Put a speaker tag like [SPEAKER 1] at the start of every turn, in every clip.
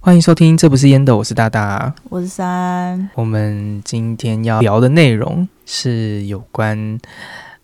[SPEAKER 1] 欢迎收听，这不是烟斗，我是大大。
[SPEAKER 2] 我是三，
[SPEAKER 1] 我们今天要聊的内容是有关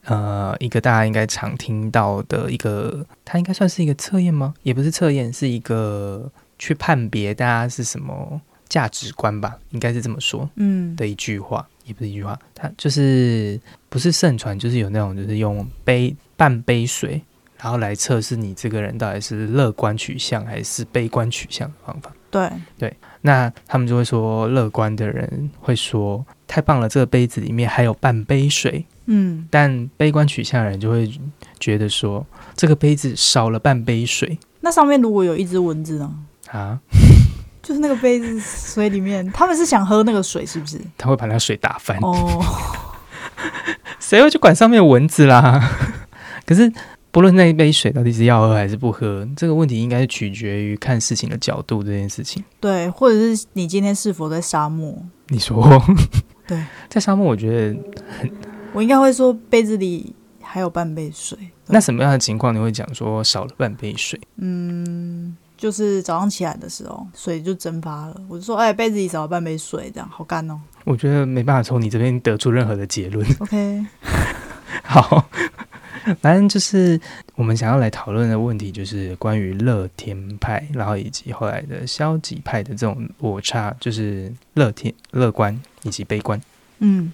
[SPEAKER 1] 呃一个大家应该常听到的一个，它应该算是一个测验吗？也不是测验，是一个去判别大家是什么价值观吧，应该是这么说
[SPEAKER 2] 嗯，
[SPEAKER 1] 的一句话，也不是一句话，它就是不是盛传，就是有那种就是用杯半杯水。然后来测试你这个人到底是乐观取向还是悲观取向的方法。
[SPEAKER 2] 对，
[SPEAKER 1] 那他们就会说，乐观的人会说太棒了，这个杯子里面还有半杯水。
[SPEAKER 2] 嗯，
[SPEAKER 1] 但悲观取向的人就会觉得说，这个杯子少了半杯水
[SPEAKER 2] 那上面如果有一只蚊子呢？
[SPEAKER 1] 啊，
[SPEAKER 2] 就是那个杯子水里面，他们是想喝那个水，是不是？
[SPEAKER 1] 他会把那水打翻。
[SPEAKER 2] 哦，
[SPEAKER 1] 谁会去管上面的蚊子啦？ 可是不论那一杯水到底是要喝还是不喝，这个问题应该是取决于看事情的角度这件事情。
[SPEAKER 2] 对，或者是你今天是否在沙漠？
[SPEAKER 1] 你说
[SPEAKER 2] 对，
[SPEAKER 1] 在沙漠，我觉得
[SPEAKER 2] 我应该会说杯子里还有半杯水。
[SPEAKER 1] 那什么样的情况你会讲说少了半杯水？
[SPEAKER 2] 嗯，就是早上起来的时候，水就蒸发了，我就说，哎，杯子里少了半杯水，这样好干哦。
[SPEAKER 1] 我觉得没办法从你这边得出任何的结论。
[SPEAKER 2] OK，
[SPEAKER 1] 好，反正就是我们想要来讨论的问题，就是关于乐天派，然后以及后来的消极派的这种落差，就是乐天、乐观以及悲观。
[SPEAKER 2] 嗯，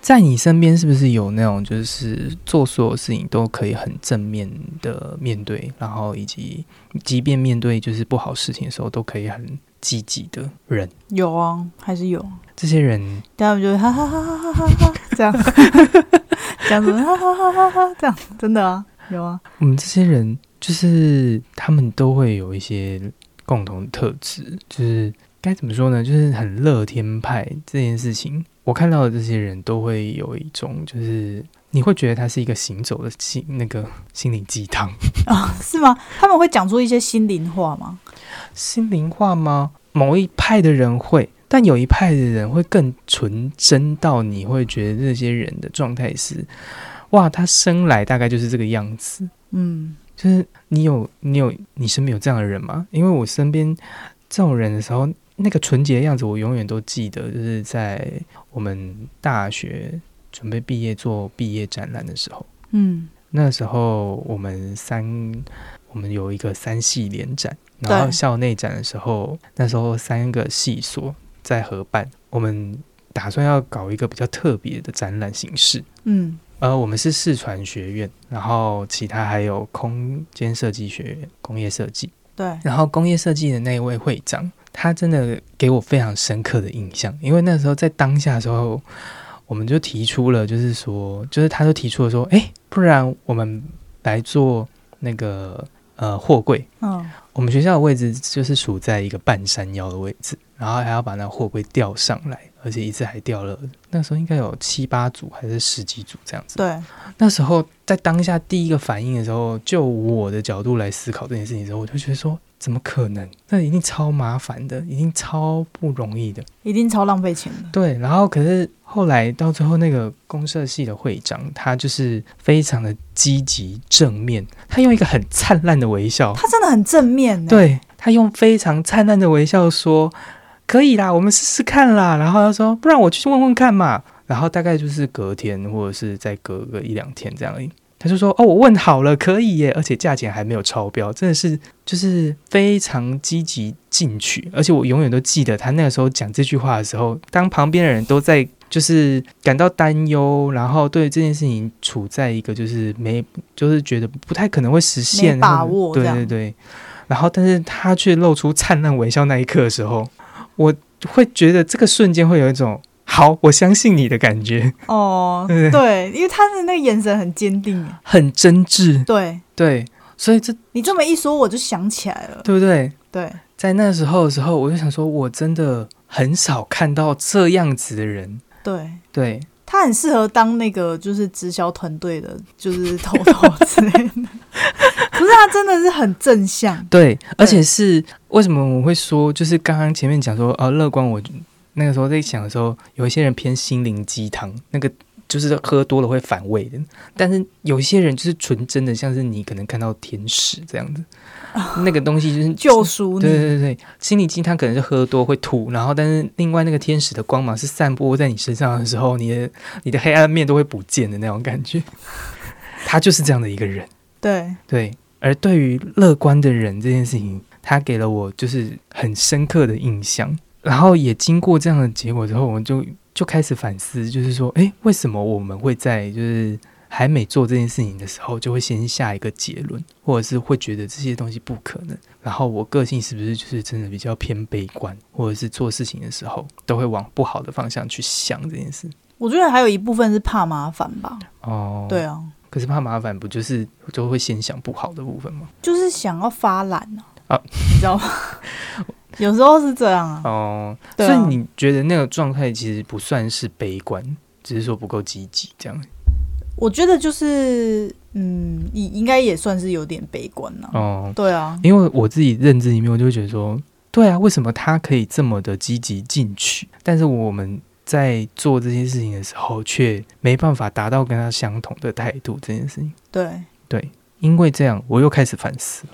[SPEAKER 1] 在你身边是不是有那种就是做所有事情都可以很正面的面对，然后以及即便面对就是不好事情的时候都可以很积极的人？
[SPEAKER 2] 有啊，还是有啊。
[SPEAKER 1] 这些人
[SPEAKER 2] 他们就会哈哈哈哈哈哈哈这样，这样子哈哈哈哈哈这样，真的啊，有啊，
[SPEAKER 1] 我们这些人就是他们都会有一些共同特质，就是该怎么说呢？就是很乐天派这件事情，我看到的这些人都会有一种，就是你会觉得他是一个行走的心那个心灵鸡汤、
[SPEAKER 2] 啊、是吗？他们会讲出一些心灵话吗？
[SPEAKER 1] 心灵话吗？某一派的人会，但有一派的人会更纯真到你会觉得这些人的状态是，哇，他生来大概就是这个样子。
[SPEAKER 2] 嗯，
[SPEAKER 1] 就是你有你有你身边有这样的人吗？因为我身边这种人的时候，那个纯洁的样子我永远都记得，就是在我们大学准备毕业做毕业展览的时候，
[SPEAKER 2] 嗯，
[SPEAKER 1] 那时候我们三我们有一个三系联展，然后
[SPEAKER 2] 对
[SPEAKER 1] 校内展的时候，那时候三个系所在合办，我们打算要搞一个比较特别的展览形式。
[SPEAKER 2] 嗯，
[SPEAKER 1] 呃，我们是视传学院，然后其他还有空间设计学院、工业设计，
[SPEAKER 2] 对，
[SPEAKER 1] 然后工业设计的那一位会长，他真的给我非常深刻的印象，因为那时候在当下的时候，我们就提出了，就是说，就是他就提出了说，哎，不然我们来做那个呃货柜，
[SPEAKER 2] 嗯，
[SPEAKER 1] 我们学校的位置就是处在一个半山腰的位置，然后还要把那货柜吊上来，而且一次还吊了，那时候应该有七八组还是十几组这样子。
[SPEAKER 2] 对，
[SPEAKER 1] 那时候在当下第一个反应的时候，就我的角度来思考这件事情的时候，我就觉得说，怎么可能？那一定超麻烦的，一定超不容易的。
[SPEAKER 2] 一定超浪费钱的。
[SPEAKER 1] 对，然后可是后来到最后，那个公社系的会长，他就是非常的积极正面，他用一个很灿烂的微笑，
[SPEAKER 2] 他真的很正面、欸，，
[SPEAKER 1] 对他用非常灿烂的微笑说：“可以啦，我们试试看啦。”然后他说：“不然我去问问看嘛。”然后大概就是隔天或者是再隔个一两天这样而已。他就说：“哦，我问好了，可以耶，而且价钱还没有超标，真的是就是非常积极进取。而且我永远都记得他那个时候讲这句话的时候，当旁边的人都在就是感到担忧，然后对这件事情处在一个就是没就是觉得不太可能会实现
[SPEAKER 2] 把握
[SPEAKER 1] 对
[SPEAKER 2] 这样
[SPEAKER 1] 对对。然后，但是他却露出灿烂微笑那一刻的时候，我会觉得这个瞬间会有一种好，我相信你的感觉，
[SPEAKER 2] 哦，
[SPEAKER 1] 对
[SPEAKER 2] 对，因为他的那个眼神很坚定、欸，
[SPEAKER 1] 很真挚。
[SPEAKER 2] 对
[SPEAKER 1] 对，所以这
[SPEAKER 2] 你这么一说，我就想起来了，
[SPEAKER 1] 对不对？
[SPEAKER 2] 对，
[SPEAKER 1] 在那时候的时候，我就想说，我真的很少看到这样子的人。
[SPEAKER 2] 对。
[SPEAKER 1] 对，
[SPEAKER 2] 他很适合当那个就是直销团队的，就是头头之类的。 不是，他真的是很正向。
[SPEAKER 1] 对，而且是为什么我会说，就是刚刚前面哦讲说，呃，乐观我，那个时候在想的时候，有一些人偏心灵鸡汤，那个就是喝多了会反胃的。但是有一些人就是纯真的，像是你可能看到天使这样 子，那个东西就是
[SPEAKER 2] 救赎
[SPEAKER 1] 对
[SPEAKER 2] 你，
[SPEAKER 1] 对对，对心理鸡汤可能是喝多会吐，然后但是另外那个天使的光芒是散播在你身上的时候，你的你的黑暗面都会不见的那种感觉。 他就是这样的一个人，
[SPEAKER 2] 对，
[SPEAKER 1] 对。而对于乐观的人这件事情，他给了我就是很深刻的印象。然后也经过这样的结果之后，我就就开始反思，就是说，诶，为什么我们会在就是还没做这件事情的时候，就会先下一个结论，或者是会觉得这些东西不可能？然后我个性是不是就是真的比较偏悲观，或者是做事情的时候都会往不好的方向去想这件事？
[SPEAKER 2] 我觉得还有一部分是怕麻烦吧，
[SPEAKER 1] 哦，
[SPEAKER 2] 对。啊，
[SPEAKER 1] 可是怕麻烦，不就是就会先想不好的部分吗？
[SPEAKER 2] 就是想要发懒啊，
[SPEAKER 1] 啊
[SPEAKER 2] 你知道 吗？有时候是这样啊，
[SPEAKER 1] 哦，
[SPEAKER 2] 对
[SPEAKER 1] 所
[SPEAKER 2] 啊
[SPEAKER 1] 以你觉得那个状态其实不算是悲观，只是说不够积极这样。
[SPEAKER 2] 我觉得就是，嗯，你应该也算是有点悲观了、
[SPEAKER 1] 哦，
[SPEAKER 2] 对啊，
[SPEAKER 1] 因为我自己认知里面，我就会觉得说，对啊，为什么他可以这么的积极进取，但是我们在做这些事情的时候，却没办法达到跟他相同的态度这件事情。
[SPEAKER 2] 对，
[SPEAKER 1] 对，因为这样，我又开始反思了，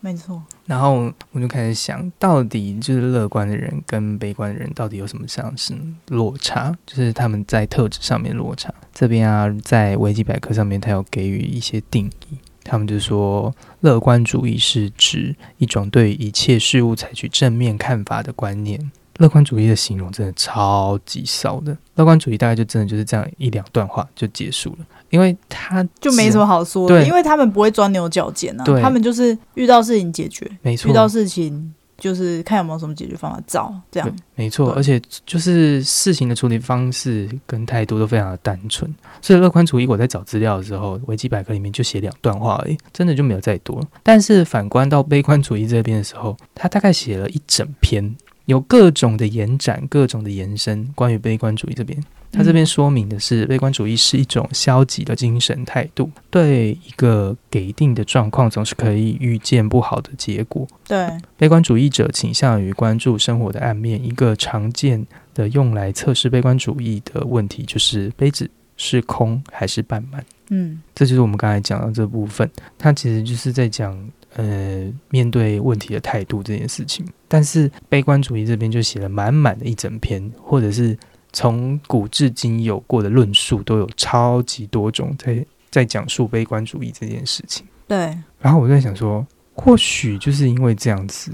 [SPEAKER 2] 没错，
[SPEAKER 1] 然后我就开始想，到底就是乐观的人跟悲观的人到底有什么上是落差，就是他们在特质上面落差。这边啊，在维基百科上面，它有给予一些定义。他们就说，乐观主义是指一种对一切事物采取正面看法的观念。乐观主义的形容真的超级少的，乐观主义大概就真的就是这样一两段话就结束了，因为它
[SPEAKER 2] 就没什
[SPEAKER 1] 么
[SPEAKER 2] 么好说的，
[SPEAKER 1] 啊对
[SPEAKER 2] 因为他们不会钻牛角尖啊
[SPEAKER 1] 对，
[SPEAKER 2] 他们就是遇到事情解决，
[SPEAKER 1] 没错啊
[SPEAKER 2] 遇到事情就是看有没有什么解决方法找，这
[SPEAKER 1] 对
[SPEAKER 2] 样，
[SPEAKER 1] 没错，
[SPEAKER 2] 对
[SPEAKER 1] 而且就是事情的处理方式跟态度都非常的单纯，所以乐观主义我在找资料的时候，维基百科里面就写两段话而已，真的就没有再多。但是反观到悲观主义这边的时候，他大概写了一整篇，有各种的延展、各种的延伸，关于悲观主义这边。他
[SPEAKER 2] 嗯
[SPEAKER 1] 这边说明的是，悲观主义是一种消极的精神态度，对一个给定的状况总是可以预见不好的结果，
[SPEAKER 2] 对，
[SPEAKER 1] 悲观主义者倾向于关注生活的暗面。一个常见的用来测试悲观主义的问题就是杯子是空还是半满。
[SPEAKER 2] 嗯，
[SPEAKER 1] 这就是我们刚才讲到这部分，它其实就是在讲呃面对问题的态度这件事情。但是悲观主义这边就写了满满的一整篇，或者是从古至今有过的论述都有超级多种在在讲述悲观主义这件事情。
[SPEAKER 2] 对，
[SPEAKER 1] 然后我在想说，或许就是因为这样子，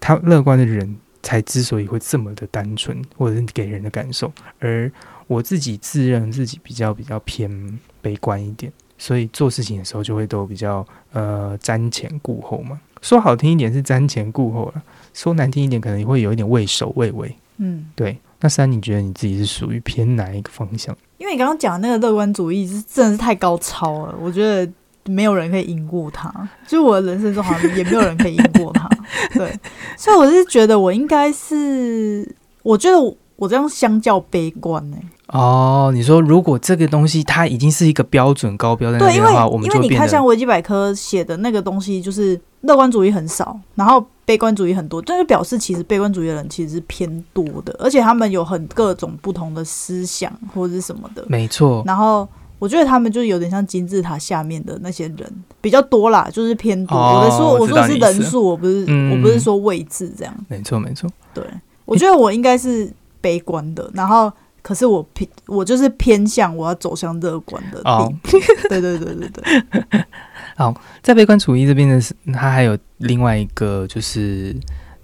[SPEAKER 1] 他乐观的人才之所以会这么的单纯，或者是给人的感受，而我自己自认自己比较比较偏悲观一点，所以做事情的时候就会都比较呃瞻前顾后嘛。说好听一点是瞻前顾后了，说难听一点可能会有一点畏首畏尾。
[SPEAKER 2] 嗯，
[SPEAKER 1] 对，那三，你觉得你自己是属于偏哪一个方向？
[SPEAKER 2] 因为你刚刚讲的那个乐观主义是真的是太高超了，我觉得没有人可以赢过他，就我的人生中好像也没有人可以赢过 他，对，所以我是觉得我应该是，我觉得我我这样相较悲观欸呢、
[SPEAKER 1] 哦，你说如果这个东西它已经是一个标准高标在那
[SPEAKER 2] 对，因
[SPEAKER 1] 边
[SPEAKER 2] 为
[SPEAKER 1] 的话，我们
[SPEAKER 2] 因
[SPEAKER 1] 就
[SPEAKER 2] 为
[SPEAKER 1] 会
[SPEAKER 2] 你
[SPEAKER 1] 变
[SPEAKER 2] 看，
[SPEAKER 1] 得
[SPEAKER 2] 像维基百科写的那个东西，就是乐观主义很少，然后悲观主义很多，这就表示其实悲观主义的人其实是偏多的，而且他们有很各种不同的思想或者是什么的。
[SPEAKER 1] 没错，
[SPEAKER 2] 然后我觉得他们就是有点像金字塔下面的那些人比较多啦，就是偏多。
[SPEAKER 1] 哦
[SPEAKER 2] 我的说，
[SPEAKER 1] 我
[SPEAKER 2] 我
[SPEAKER 1] 知
[SPEAKER 2] 说
[SPEAKER 1] 道
[SPEAKER 2] 的是
[SPEAKER 1] 你意思
[SPEAKER 2] 人数，我不是、
[SPEAKER 1] 嗯
[SPEAKER 2] 我不是说位置这样。
[SPEAKER 1] 没错，没错。
[SPEAKER 2] 对，我觉得我应该是悲观的，然后可是我偏我就是偏向我要走向乐观的地
[SPEAKER 1] 哦
[SPEAKER 2] 步。 对对对对对，
[SPEAKER 1] 在悲观主义这边的是，它还有另外一个就是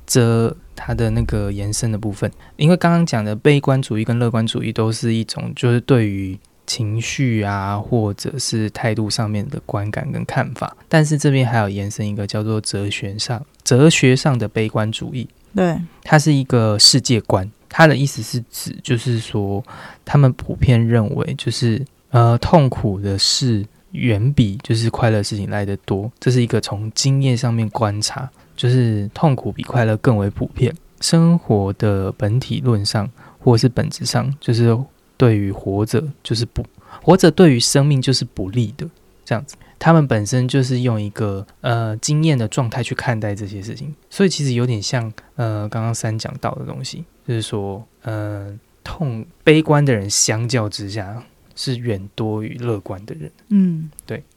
[SPEAKER 1] 遮它的那个延伸的部分，因为刚刚讲的悲观主义跟乐观主义都是一种就是对于情绪啊或者是态度上面的观感跟看法，但是这边还有延伸一个叫做哲学上哲学上的悲观主义，
[SPEAKER 2] 对
[SPEAKER 1] 它是一个世界观。它的意思是指，就是说，他们普遍认为，就是呃，痛苦的事远比就是快乐的事情来得多。这是一个从经验上面观察，就是痛苦比快乐更为普遍。生活的本体论上，或是本质上，就是对于活着就是不活着，对于生命就是不利的这样子。他们本身就是用一个呃经验的状态去看待这些事情，所以其实有点像呃刚刚三讲到的东西，就是说呃痛悲观的人相较之下，是远多于乐观的人。
[SPEAKER 2] 嗯，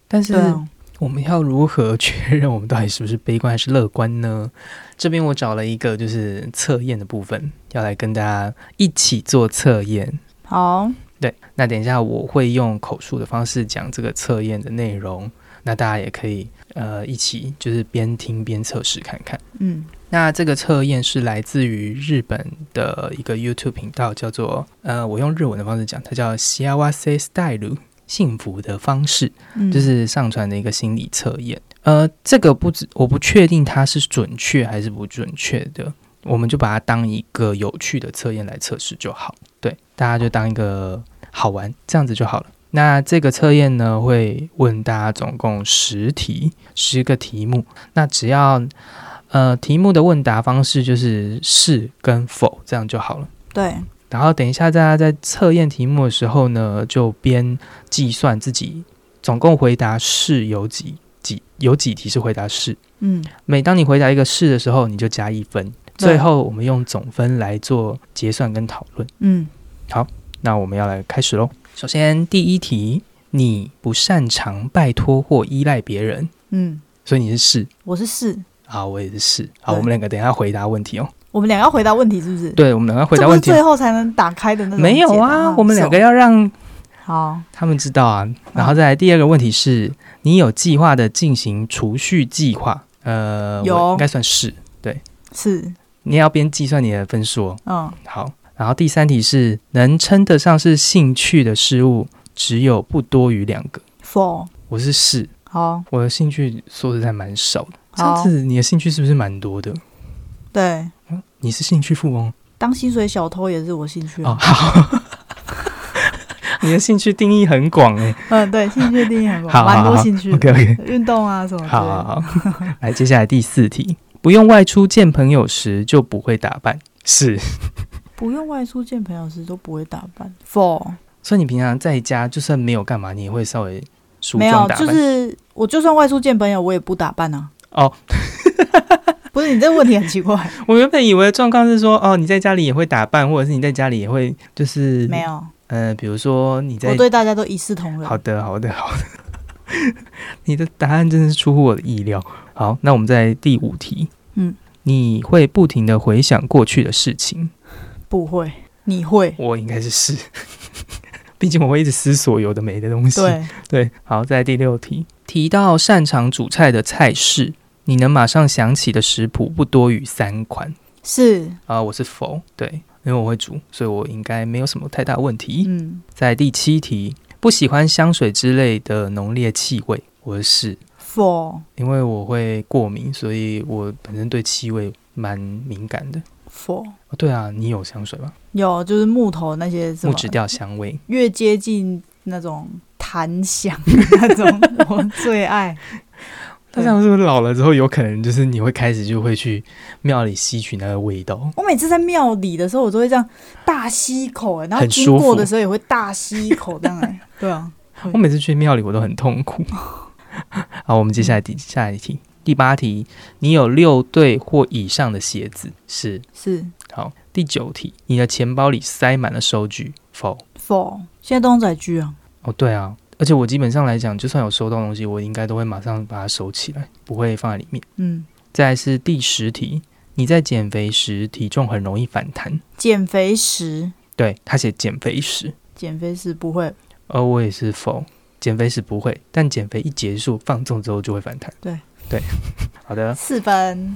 [SPEAKER 1] 但是
[SPEAKER 2] 对啊，
[SPEAKER 1] 我们要如何确认我们到底是不是悲观还是乐观呢？这边我找了一个就是测验的部分，要来跟大家一起做测验。
[SPEAKER 2] 好，
[SPEAKER 1] 对，那等一下我会用口述的方式讲这个测验的内容，那大家也可以呃一起就是边听边测试看看。
[SPEAKER 2] 嗯
[SPEAKER 1] 那这个测验是来自于日本的一个 YouTube 频道，叫做呃，我用日文的方式讲，它叫 s i a w a s e Style 幸福的方式，
[SPEAKER 2] 嗯，
[SPEAKER 1] 就是上传的一个心理测验。呃，这个不知我不确定它是准确还是不准确的，我们就把它当一个有趣的测验来测试就好。对，大家就当一个好玩这样子就好了。那这个测验呢，会问大家总共十题，十个题目。那只要呃题目的问答方式就是是跟否，这样就好了。
[SPEAKER 2] 对，
[SPEAKER 1] 然后等一下大家在测验题目的时候呢，就边计算自己总共回答是有几几有几题是回答是。
[SPEAKER 2] 嗯
[SPEAKER 1] 每当你回答一个是的时候，你就加一分。
[SPEAKER 2] 对
[SPEAKER 1] 最后我们用总分来做结算跟讨论。
[SPEAKER 2] 嗯
[SPEAKER 1] 那我们要来开始喽。首先第一题，你不擅长拜托或依赖别人，
[SPEAKER 2] 嗯，
[SPEAKER 1] 所以你是是
[SPEAKER 2] 我是是，
[SPEAKER 1] 啊，我也是是。好，
[SPEAKER 2] 对
[SPEAKER 1] 我们两个等一下回答问题哦。
[SPEAKER 2] 我们俩要回答问题是不是？
[SPEAKER 1] 对，我们两个回
[SPEAKER 2] 这
[SPEAKER 1] 答
[SPEAKER 2] 不是
[SPEAKER 1] 问题哦。
[SPEAKER 2] 最后才能打开的那种
[SPEAKER 1] 没有
[SPEAKER 2] 解答
[SPEAKER 1] 啊
[SPEAKER 2] 吗，
[SPEAKER 1] 我们两个要让
[SPEAKER 2] 是哦好，
[SPEAKER 1] 他们知道啊。然后再来第二个问题是，你有计划的进行储蓄计划？呃，
[SPEAKER 2] 有
[SPEAKER 1] 我应该算是。
[SPEAKER 2] 是，
[SPEAKER 1] 你也要边计算你的分数、哦。
[SPEAKER 2] 嗯
[SPEAKER 1] 好，然后第三题是，能称得上是兴趣的事物只有不多于两个。
[SPEAKER 2] ，for，
[SPEAKER 1] 我是是，
[SPEAKER 2] 好，
[SPEAKER 1] 我的兴趣说实在蛮少的。这样
[SPEAKER 2] 好，
[SPEAKER 1] 子，你的兴趣是不是蛮多的？
[SPEAKER 2] 对，
[SPEAKER 1] 你是兴趣富翁
[SPEAKER 2] 当薪水小偷也是我兴趣
[SPEAKER 1] 哦，
[SPEAKER 2] 啊，
[SPEAKER 1] 好， 你的兴趣定义很广哎、
[SPEAKER 2] 嗯，对，兴趣定 义很
[SPEAKER 1] 好好
[SPEAKER 2] 广，蛮多
[SPEAKER 1] 好
[SPEAKER 2] 兴趣
[SPEAKER 1] OK
[SPEAKER 2] 的，
[SPEAKER 1] OK，
[SPEAKER 2] 运动啊什么之类
[SPEAKER 1] 好
[SPEAKER 2] 的，
[SPEAKER 1] 好好， 来，接下来第四题，不用外出见朋友时就不会打扮，是，
[SPEAKER 2] 不用外出见朋友时都不会打扮，for，
[SPEAKER 1] 所以你平常在家就算没有干嘛，你也会稍微梳
[SPEAKER 2] 没有
[SPEAKER 1] 妆打，扮，
[SPEAKER 2] 就是我就算外出见朋友，我也不打扮啊。
[SPEAKER 1] 哦，
[SPEAKER 2] 不是你这个问题很奇怪，
[SPEAKER 1] 我原本以为的状况是说，哦，你在家里也会打扮，或者是你在家里也会 就是
[SPEAKER 2] 没，有，
[SPEAKER 1] 呃，比如说你在
[SPEAKER 2] 我对大家都一视同仁。
[SPEAKER 1] 好的，好的，好的。你的答案真的是出乎我的意料。好，那我们在第五题。
[SPEAKER 2] 嗯，
[SPEAKER 1] 你会不停的回想过去的事情。
[SPEAKER 2] 不会，你会，
[SPEAKER 1] 我应该是是，毕竟我会一直思索有的没的东西。
[SPEAKER 2] 对，
[SPEAKER 1] 对好，再来第六题，提到擅长煮菜的菜式，你能马上想起的食谱不多于三款
[SPEAKER 2] 是，
[SPEAKER 1] 啊、我是否对，因为我会煮，所以我应该没有什么太大问题。
[SPEAKER 2] 嗯
[SPEAKER 1] 在第七题，不喜欢香水之类的浓烈气味，我是
[SPEAKER 2] ，for
[SPEAKER 1] 因为我会过敏，所以我本身对气味蛮敏感的。
[SPEAKER 2] for
[SPEAKER 1] 哦对啊，你有香水吗？
[SPEAKER 2] 有就是木头那些什
[SPEAKER 1] 木
[SPEAKER 2] 么，
[SPEAKER 1] 质调香味。
[SPEAKER 2] 越接近那种檀香那种，我最爱。
[SPEAKER 1] 那这样是不是老了之后，有可能就是你会开始就会去庙里吸取那个味道？
[SPEAKER 2] 我每次在庙里的时候，我都会这样大吸一口、哎然后
[SPEAKER 1] 很
[SPEAKER 2] 经
[SPEAKER 1] 舒
[SPEAKER 2] 过
[SPEAKER 1] 服
[SPEAKER 2] 的时候也会大吸一口，这样 哎、对啊，
[SPEAKER 1] 我每次去庙里我都很痛苦。好，我们接下来第下一题，第八题，你有六对或以上的鞋子是
[SPEAKER 2] 是
[SPEAKER 1] 好。第九题，你的钱包里塞满了收据否？
[SPEAKER 2] for。现在都用载具啊，
[SPEAKER 1] 哦，对啊，而且我基本上来讲，就算有收到东西，我应该都会马上把它收起来，不会放在里面。
[SPEAKER 2] 嗯，
[SPEAKER 1] 再来是第十题，你在减肥时体重很容易反弹。
[SPEAKER 2] 减肥时，
[SPEAKER 1] 对他写减肥时，
[SPEAKER 2] 减肥时不会，
[SPEAKER 1] 而哦我也是否减肥时不会，但减肥一结束放纵之后就会反弹。
[SPEAKER 2] 对
[SPEAKER 1] 对，好的，
[SPEAKER 2] 四分，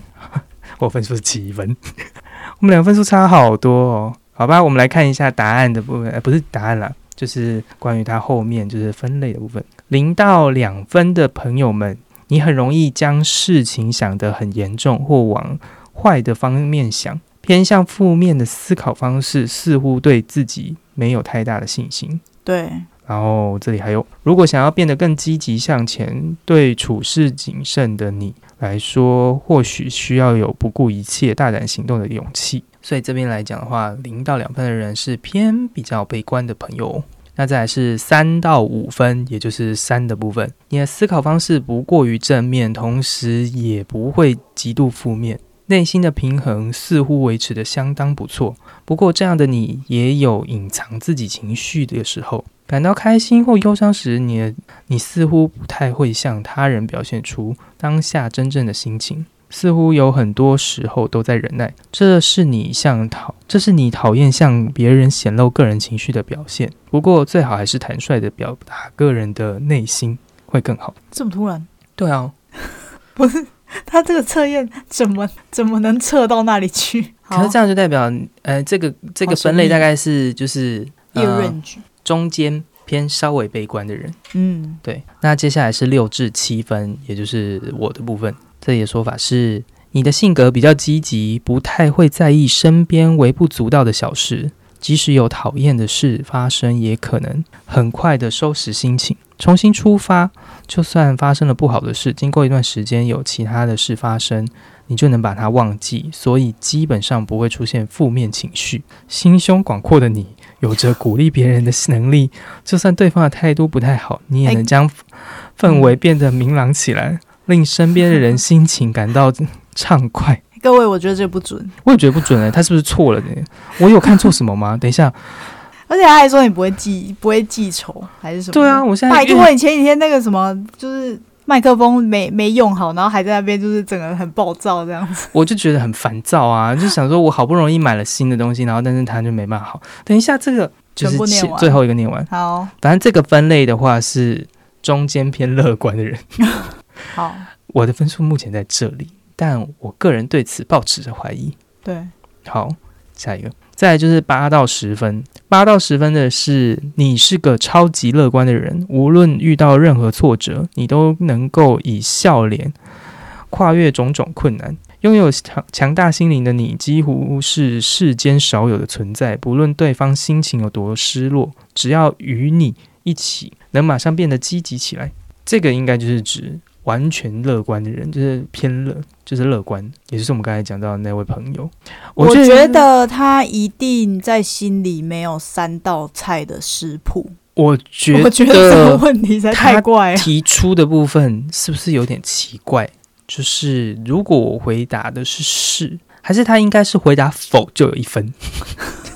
[SPEAKER 1] 我分数是七分， 我们两个分数差好多哦。好吧，我们来看一下答案的部分，呃、不是答案啦，就是关于它后面就是分类的部分。零到两分的朋友们，你很容易将事情想得很严重或往坏的方面想，偏向负面的思考方式，似乎对自己没有太大的信心。
[SPEAKER 2] 对，
[SPEAKER 1] 然后这里还有，如果想要变得更积极向前，对处事谨慎的你来说，或许需要有不顾一切、大胆行动的勇气。所以这边来讲的话，零到两分的人是偏比较悲观的朋友哦。那再来是三到五分，也就是三的部分，你的思考方式不过于正面，同时也不会极度负面，内心的平衡似乎维持的相当不错。不过这样的你也有隐藏自己情绪的时候，感到开心或忧伤时，你的你似乎不太会向他人表现出当下真正的心情，似乎有很多时候都在忍耐。这是你向讨，这是你讨厌向别人显露个人情绪的表现。不过，最好还是坦率的表达个人的内心会更好。
[SPEAKER 2] 这么突然，
[SPEAKER 1] 对啊，
[SPEAKER 2] 不是他这个测验怎么怎么能测到那里 去？
[SPEAKER 1] 可是这
[SPEAKER 2] 样
[SPEAKER 1] 样就代表，呃，这个这个
[SPEAKER 2] 好神
[SPEAKER 1] 分类
[SPEAKER 2] 秘
[SPEAKER 1] 大概是就是
[SPEAKER 2] 一个
[SPEAKER 1] 呃
[SPEAKER 2] range，
[SPEAKER 1] 中间偏稍微悲观的人。
[SPEAKER 2] 嗯，
[SPEAKER 1] 对，那接下来是六至七分，也就是我的部分。这里的说法是，你的性格比较积极，不太会在意身边微不足道的小事，即使有讨厌的事发生，也可能很快的收拾心情，重新出发。就算发生了不好的事，经过一段时间有其他的事发生，你就能把它忘记，所以基本上不会出现负面情绪。心胸广阔的你，有着鼓励别人的能力，就算对方的态度不太好，你也
[SPEAKER 2] 哎
[SPEAKER 1] 能将氛围变得明朗起来，令身边的人心情感到畅快。
[SPEAKER 2] 各位，我觉得这不准，
[SPEAKER 1] 我也觉得不准哎、他是不是错了呢？我有看错什么 吗？等一下，
[SPEAKER 2] 而且他还说你不会记不会记仇还是什么？
[SPEAKER 1] 对啊，，我现在
[SPEAKER 2] 拜
[SPEAKER 1] 越
[SPEAKER 2] 托，你前几天那个什么就是。麦克风没没用好，然后还在那边就是整个很暴躁这样子。
[SPEAKER 1] 我就觉得很烦躁啊，就想说我好不容易买了新的东西，然后但是他就没办法好。等一下，这个就是
[SPEAKER 2] 全部念
[SPEAKER 1] 其
[SPEAKER 2] 完
[SPEAKER 1] 最后一个念完，
[SPEAKER 2] 好
[SPEAKER 1] 反正这个分类的话是中间偏乐观的人。
[SPEAKER 2] 好，
[SPEAKER 1] 我的分数目前在这里，但我个人对此抱持着怀疑。
[SPEAKER 2] 对，
[SPEAKER 1] 好，下一个，再来就是八到十分。八到十分的是你是个超级乐观的人，无论遇到任何挫折，你都能够以笑脸跨越种种困难。拥有强强大心灵的你，几乎是世间少有的存在。不论对方心情有多失落，只要与你一起，能马上变得积极起来。这个应该就是指完全乐观的人，就是偏乐，就是乐观，也就是我们刚才讲到的那位朋友。
[SPEAKER 2] 我
[SPEAKER 1] 觉
[SPEAKER 2] 觉得他一定在心里没有三道菜的食谱。
[SPEAKER 1] 我觉
[SPEAKER 2] 我觉得这个
[SPEAKER 1] 得
[SPEAKER 2] 问题实在太怪了。
[SPEAKER 1] 提出的部分是不是有点奇怪？就是如果我回答的是是，还是他应该是回答否就有一分？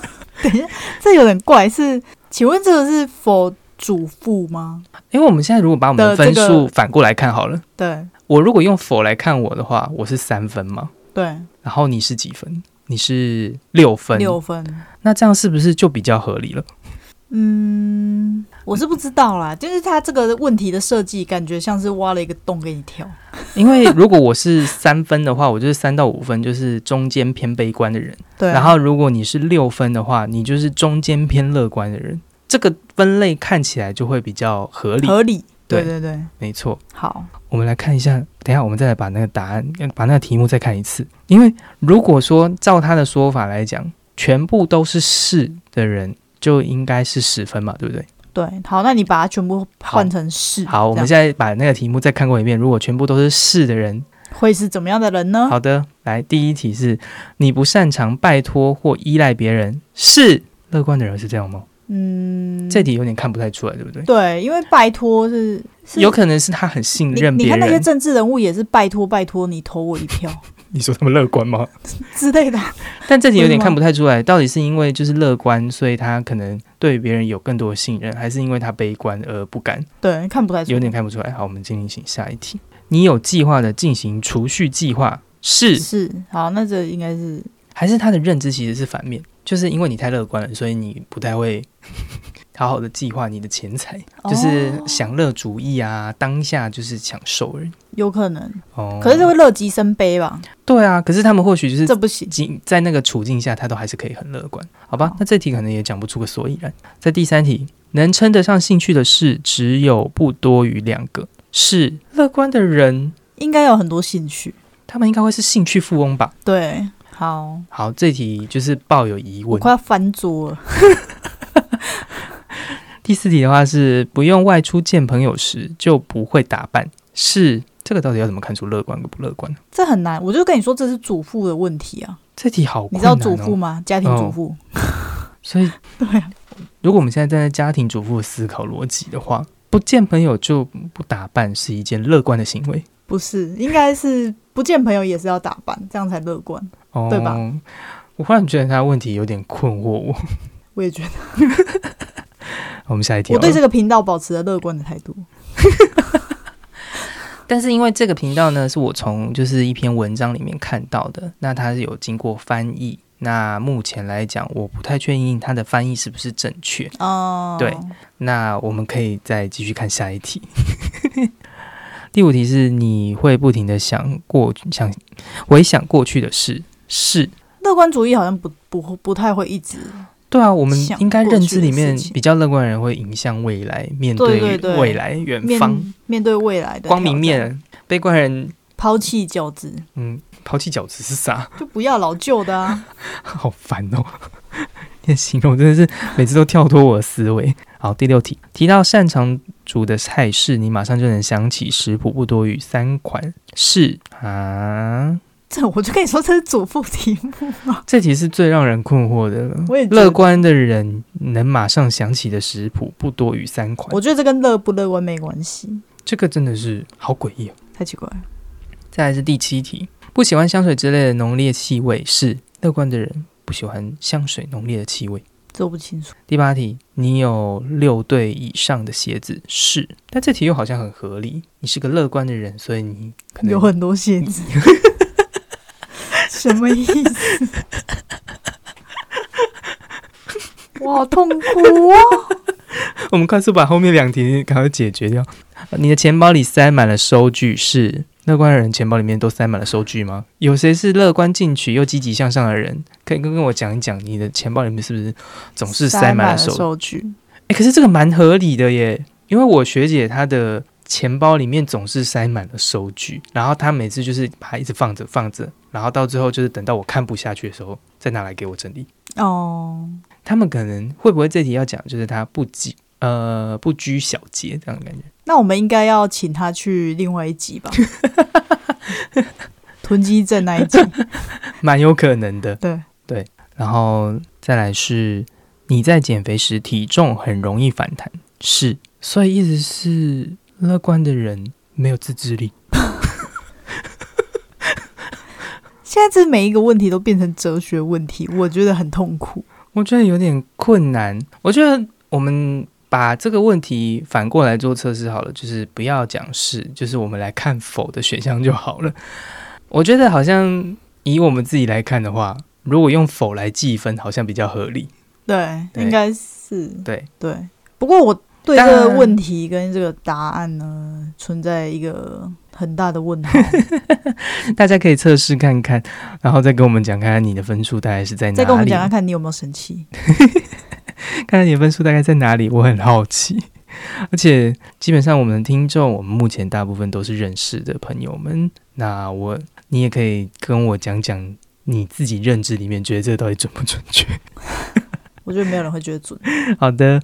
[SPEAKER 2] 这有点怪，是请问这个是否主妇吗？
[SPEAKER 1] 因为我们现在如果把我们的
[SPEAKER 2] 的这
[SPEAKER 1] 分
[SPEAKER 2] 个
[SPEAKER 1] 数反过来看好了，
[SPEAKER 2] 对
[SPEAKER 1] 我如果用否来看我的话，我是三分嘛，
[SPEAKER 2] 对，
[SPEAKER 1] 然后你是几分？你是六分，
[SPEAKER 2] 六分。
[SPEAKER 1] 那这样是不是就比较合理了？
[SPEAKER 2] 嗯，我是不知道啦，就是他这个问题的设计，感觉像是挖了一个洞给你跳。
[SPEAKER 1] 因为如果我是三分的话，我就是三到五分，就是中间偏悲观的人。
[SPEAKER 2] 对，啊
[SPEAKER 1] 然后如果你是六分的话，你就是中间偏乐观的人，这个分类看起来就会比较合理。
[SPEAKER 2] 合理。对
[SPEAKER 1] 对
[SPEAKER 2] 对对，
[SPEAKER 1] 没错，
[SPEAKER 2] 好，
[SPEAKER 1] 我们来看一下，等一下我们再来把那个答案，呃把那个题目再看一次。因为如果说照他的说法来讲，全部都是是的人，就应该是十分嘛，对不对？
[SPEAKER 2] 对，好，那你把它全部换成是，
[SPEAKER 1] 好，我们
[SPEAKER 2] 这
[SPEAKER 1] 现在把那个题目再看过一遍。如果全部都是是的人，
[SPEAKER 2] 样会是怎么样的人呢？
[SPEAKER 1] 好的，来第一题是你不擅长拜托或依赖别人，是乐观的人是这样吗？
[SPEAKER 2] 嗯，
[SPEAKER 1] 这题有点看不太出来，对不对？
[SPEAKER 2] 对，因为拜托是是
[SPEAKER 1] 有可能是他很信
[SPEAKER 2] 你
[SPEAKER 1] 任
[SPEAKER 2] 你
[SPEAKER 1] 别
[SPEAKER 2] 看那些
[SPEAKER 1] 人。
[SPEAKER 2] 政治人物也是拜托拜托你投我一票
[SPEAKER 1] 你说他们乐观吗？
[SPEAKER 2] 之类 的，啊
[SPEAKER 1] 但这题有点
[SPEAKER 2] 为什么
[SPEAKER 1] 看不太出来，到底是因为就是乐观，所以他可能对别人有更多的信任，还是因为他悲观而不敢？
[SPEAKER 2] 对，看不太出来
[SPEAKER 1] 有点看不出来。好，我们进行下一题。你有计划的进行储蓄计划是
[SPEAKER 2] 是好，那这应该是
[SPEAKER 1] 还是他的认知其实是反面，就是因为你太乐观了，所以你不太会 好好的计划你的钱财，就是
[SPEAKER 2] 哦
[SPEAKER 1] 享乐主义啊，当下就是享受人。
[SPEAKER 2] 有可能，
[SPEAKER 1] 哦，
[SPEAKER 2] 可是这会乐极生悲吧？
[SPEAKER 1] 对啊，可是他们或许就是
[SPEAKER 2] 这不行，
[SPEAKER 1] 仅在那个处境下，他都还是可以很乐观，好吧
[SPEAKER 2] 好？
[SPEAKER 1] 那这题可能也讲不出个所以然。在第三题，能称得上兴趣的事只有不多于两个，是乐观的人，
[SPEAKER 2] 应该有很多兴趣。
[SPEAKER 1] 他们应该会是兴趣富翁吧？
[SPEAKER 2] 对，好，
[SPEAKER 1] 好，这题就是抱有疑
[SPEAKER 2] 我
[SPEAKER 1] 问。
[SPEAKER 2] 快要翻桌了。
[SPEAKER 1] 第四题的话是不用外出见朋友时就不会打扮，是这个到底要怎么看出乐观跟不乐观？
[SPEAKER 2] 这很难，我就跟你说这是主妇的问题啊！
[SPEAKER 1] 这题好
[SPEAKER 2] 你
[SPEAKER 1] 困
[SPEAKER 2] 知
[SPEAKER 1] 难、
[SPEAKER 2] 道
[SPEAKER 1] 哦，
[SPEAKER 2] 主妇吗？家庭主妇，
[SPEAKER 1] 所以，
[SPEAKER 2] 对啊
[SPEAKER 1] 如果我们现在站在家庭主妇的思考逻辑的话，不见朋友就不打扮是一件乐观的行为，
[SPEAKER 2] 不是，应该是不见朋友也是要打扮，这样才乐观。
[SPEAKER 1] 哦、
[SPEAKER 2] 对吧？
[SPEAKER 1] 我忽然觉得他的问题有点困惑我。
[SPEAKER 2] 我也觉得
[SPEAKER 1] 我们下一题哦
[SPEAKER 2] 我
[SPEAKER 1] 好了。
[SPEAKER 2] 对这个频道保持着乐观的态度。
[SPEAKER 1] 但是因为这个频道呢，是我从就是一篇文章里面看到的，那它是有经过翻译。那目前来讲，我不太确定它的翻译是不是正确。
[SPEAKER 2] 哦，
[SPEAKER 1] 对那我们可以再继续看下一题。第五题是你会不停的想过想回想过去的事，是
[SPEAKER 2] 乐观主义好像不不不太会一直
[SPEAKER 1] 对啊，我们
[SPEAKER 2] 想
[SPEAKER 1] 应该
[SPEAKER 2] 过
[SPEAKER 1] 认
[SPEAKER 2] 去
[SPEAKER 1] 知
[SPEAKER 2] 的
[SPEAKER 1] 里
[SPEAKER 2] 事
[SPEAKER 1] 面
[SPEAKER 2] 情
[SPEAKER 1] 比较乐观的人会影响未来，面
[SPEAKER 2] 对对对
[SPEAKER 1] 未来远
[SPEAKER 2] 面
[SPEAKER 1] 方
[SPEAKER 2] 面对未来的
[SPEAKER 1] 光明
[SPEAKER 2] 挑战，
[SPEAKER 1] 面，悲观人
[SPEAKER 2] 抛弃饺子
[SPEAKER 1] 嗯抛弃饺子是啥？
[SPEAKER 2] 就不要老旧 的啊。
[SPEAKER 1] 好烦哦！你的形容真的是每次都跳脱我的思维。好，第六题，提到擅长煮的菜式，你马上就能想起食谱不多于三款是啊。
[SPEAKER 2] 这我就跟你说，这是主妇题 目。
[SPEAKER 1] 这题是最让人困惑的了。
[SPEAKER 2] 我也觉得
[SPEAKER 1] 乐，观的人能马上想起的食谱不多于三款
[SPEAKER 2] 我，觉得这跟乐不乐观没关系，
[SPEAKER 1] 这个真的是好诡异哦。
[SPEAKER 2] 太奇怪了。
[SPEAKER 1] 再来是第七题，不喜欢香水之类的浓烈气味是乐观的人不喜欢香水浓烈的气味。
[SPEAKER 2] 这我不清楚，
[SPEAKER 1] 第八题，你有六对以上的鞋子是，但这题又好像很合理。你是个乐观的人，所以你可能
[SPEAKER 2] 有很多鞋 子，什么意思？ 我好痛苦啊！
[SPEAKER 1] 我们快速把后面两题赶快解决掉。呃你的钱包里塞满了收据是。乐观的人钱包里面都塞满了收据吗？有谁是乐观进取又积极向上的人？可以跟跟我讲一讲，你的钱包里面是不是总哦是塞满了
[SPEAKER 2] 了
[SPEAKER 1] 收据？
[SPEAKER 2] 收据，
[SPEAKER 1] 哎、可是这个蛮合理的耶，因为我学姐她的钱包里面总是塞满了收据，然后她每次就是把它一直放着放着，然后到最后就是等到我看不下去的时候再拿来给我整理。
[SPEAKER 2] 哦，
[SPEAKER 1] 他们可能会不会这题要讲就是他不拘呃不拘小节这样的感觉？
[SPEAKER 2] 那我们应该要请他去另外一集吧， 囤积症那 一集。
[SPEAKER 1] 蛮有可能的。
[SPEAKER 2] 对
[SPEAKER 1] 对，然后再来是你在减肥时体重很容易反弹，是，所以意思是乐观的人没有自制力。
[SPEAKER 2] 现在这每一个问题都变成哲学问题，我觉得很痛苦。
[SPEAKER 1] 我觉得有点困难。我觉得我们把这个问题反过来做测试好了，就是不要讲是，就是我们来看否的选项就好了。我觉得好像以我们自己来看的话，如果用否来计分，好像比较合理。
[SPEAKER 2] 对，
[SPEAKER 1] 对
[SPEAKER 2] 应该是
[SPEAKER 1] 对
[SPEAKER 2] 对。不过我对这
[SPEAKER 1] 当
[SPEAKER 2] 个
[SPEAKER 1] 然
[SPEAKER 2] 问题跟这个答案呢，存在一个很大的问 号。
[SPEAKER 1] 大家可以测试看看，然后再跟我们讲看看你的分数大概是在哪里。
[SPEAKER 2] 再跟我们讲讲看，你有没有生气？
[SPEAKER 1] 看看你的分数大概在哪里，我很好奇。而且基本上我们的听众，我们目前大部分都是认识的朋友们。那我，你也可以跟我讲讲你自己认知里面觉得这个到底准不准确。
[SPEAKER 2] 我觉得没有人会觉得准。
[SPEAKER 1] 好的，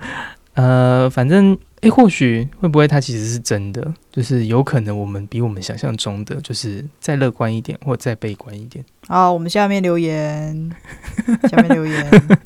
[SPEAKER 1] 呃，反正诶，或许会不会它其实是真的？就是有可能我们比我们想象中的，就是再乐观一点，或再悲观一点。
[SPEAKER 2] 好，我们下面留言，下面留言。